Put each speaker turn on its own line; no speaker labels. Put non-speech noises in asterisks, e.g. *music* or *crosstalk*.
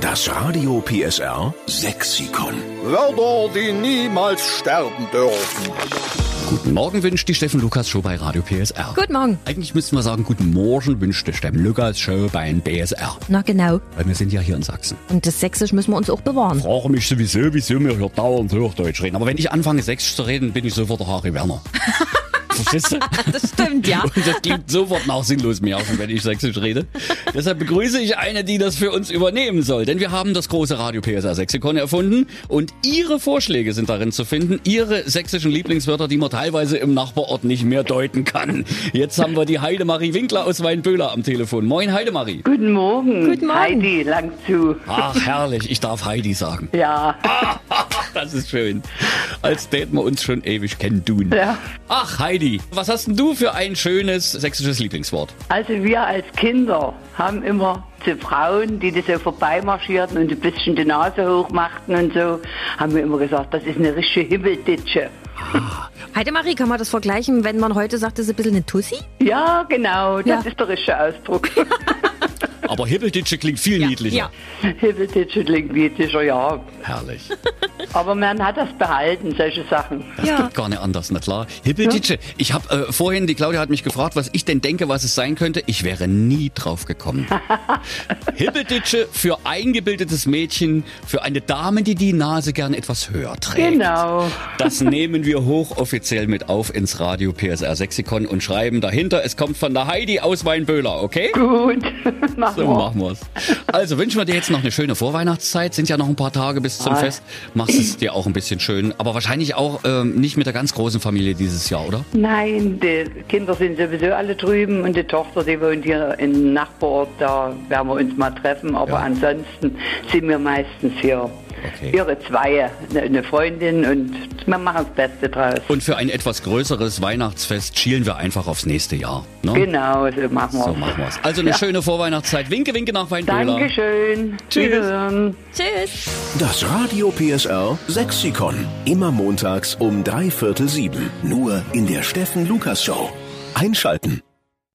Das Radio PSR Sexikon.
Wörter, die niemals sterben dürfen.
Guten Morgen wünscht die Steffen Lukas Show bei Radio PSR.
Guten Morgen.
Eigentlich müssten wir sagen, guten Morgen wünscht die Steffen Lukas Show bei BSR.
Na genau.
Weil wir sind ja hier in Sachsen.
Und das Sächsisch müssen wir uns auch bewahren.
Frage mich sowieso, wieso wir hier dauernd Hochdeutsch reden. Aber wenn ich anfange, Sächsisch zu reden, bin ich sofort der Harry Werner. Verstehst du?
Das stimmt, *laughs*
*laughs*
ja.
Und das klingt sofort nach sinnlos Märchen, wenn ich Sächsisch rede. Deshalb begrüße ich eine, die das für uns übernehmen soll. Denn wir haben das große Radio PSR Sexikon erfunden und ihre Vorschläge sind darin zu finden. Ihre sächsischen Lieblingswörter, die man teilweise im Nachbarort nicht mehr deuten kann. Jetzt haben wir die Heidemarie Winkler aus Weinböhler am Telefon. Moin Heidemarie.
Guten Morgen.
Guten Morgen.
Heidi, lang zu.
Ach, herrlich. Ich darf Heidi sagen. *laughs*
Ja,
Das ist schön. Als täten wir uns schon ewig kennen, du.
Ja.
Ach, Heidi, was hast denn du für ein schönes sächsisches Lieblingswort?
also wir als Kinder haben immer zu Frauen, die das so vorbeimarschierten und ein bisschen die Nase hochmachten und so, haben wir immer gesagt, das ist eine richtige Himmelditsche.
Heidemarie, kann man das vergleichen, wenn man heute sagt, das ist ein bisschen eine Tussi?
Ja, genau, das
Ja.
ist der
*laughs*
richtige Ausdruck.
Aber Hibbelditsche klingt viel niedlicher.
Ja.
Himmelditsche klingt niedlicher, ja.
Herrlich.
Aber man hat das behalten, solche Sachen.
Das
Ja.
geht gar nicht anders, na klar. Hibbelditsche. Ich habe äh, vorhin, die Claudia hat mich gefragt, was ich denn denke, was es sein könnte. Ich wäre nie drauf gekommen. Hibbelditsche für eingebildetes Mädchen, für eine Dame, die die Nase gern etwas höher trägt.
Genau.
Das nehmen wir hochoffiziell mit auf ins Radio PSR Sexikon und schreiben dahinter, es kommt von der Heidi aus Weinböhler, okay?
Gut, *laughs* machen
So
wir.
machen wir's. Also wünschen wir dir jetzt noch eine schöne Vorweihnachtszeit. Sind ja noch ein paar Tage bis zum
Ah.
Fest. Machst es dir auch ein bisschen schön. Aber wahrscheinlich auch ähm, nicht mit der ganz großen Familie dieses Jahr, oder?
Nein, die Kinder sind sowieso alle drüben und die Tochter, die wohnt hier im Nachbarort, da werden wir uns mal treffen. Aber
Ja.
ansonsten sind wir meistens hier.
Okay.
Ihre Zweie, ne- eine Freundin und wir machen das Beste draus.
Und für ein etwas größeres Weihnachtsfest schielen wir einfach aufs nächste Jahr. Ne?
genau, so machen wir
So machen wir's. Also eine schöne Vorweihnachtszeit. Winke, winke nach Weinböhler.
Dankeschön.
Tschüss.
Wiederhören.
Tschüss.
Das Radio PSR Sexikon. Immer montags um drei Viertel sieben. Nur in der Steffen Lukas Show. Einschalten.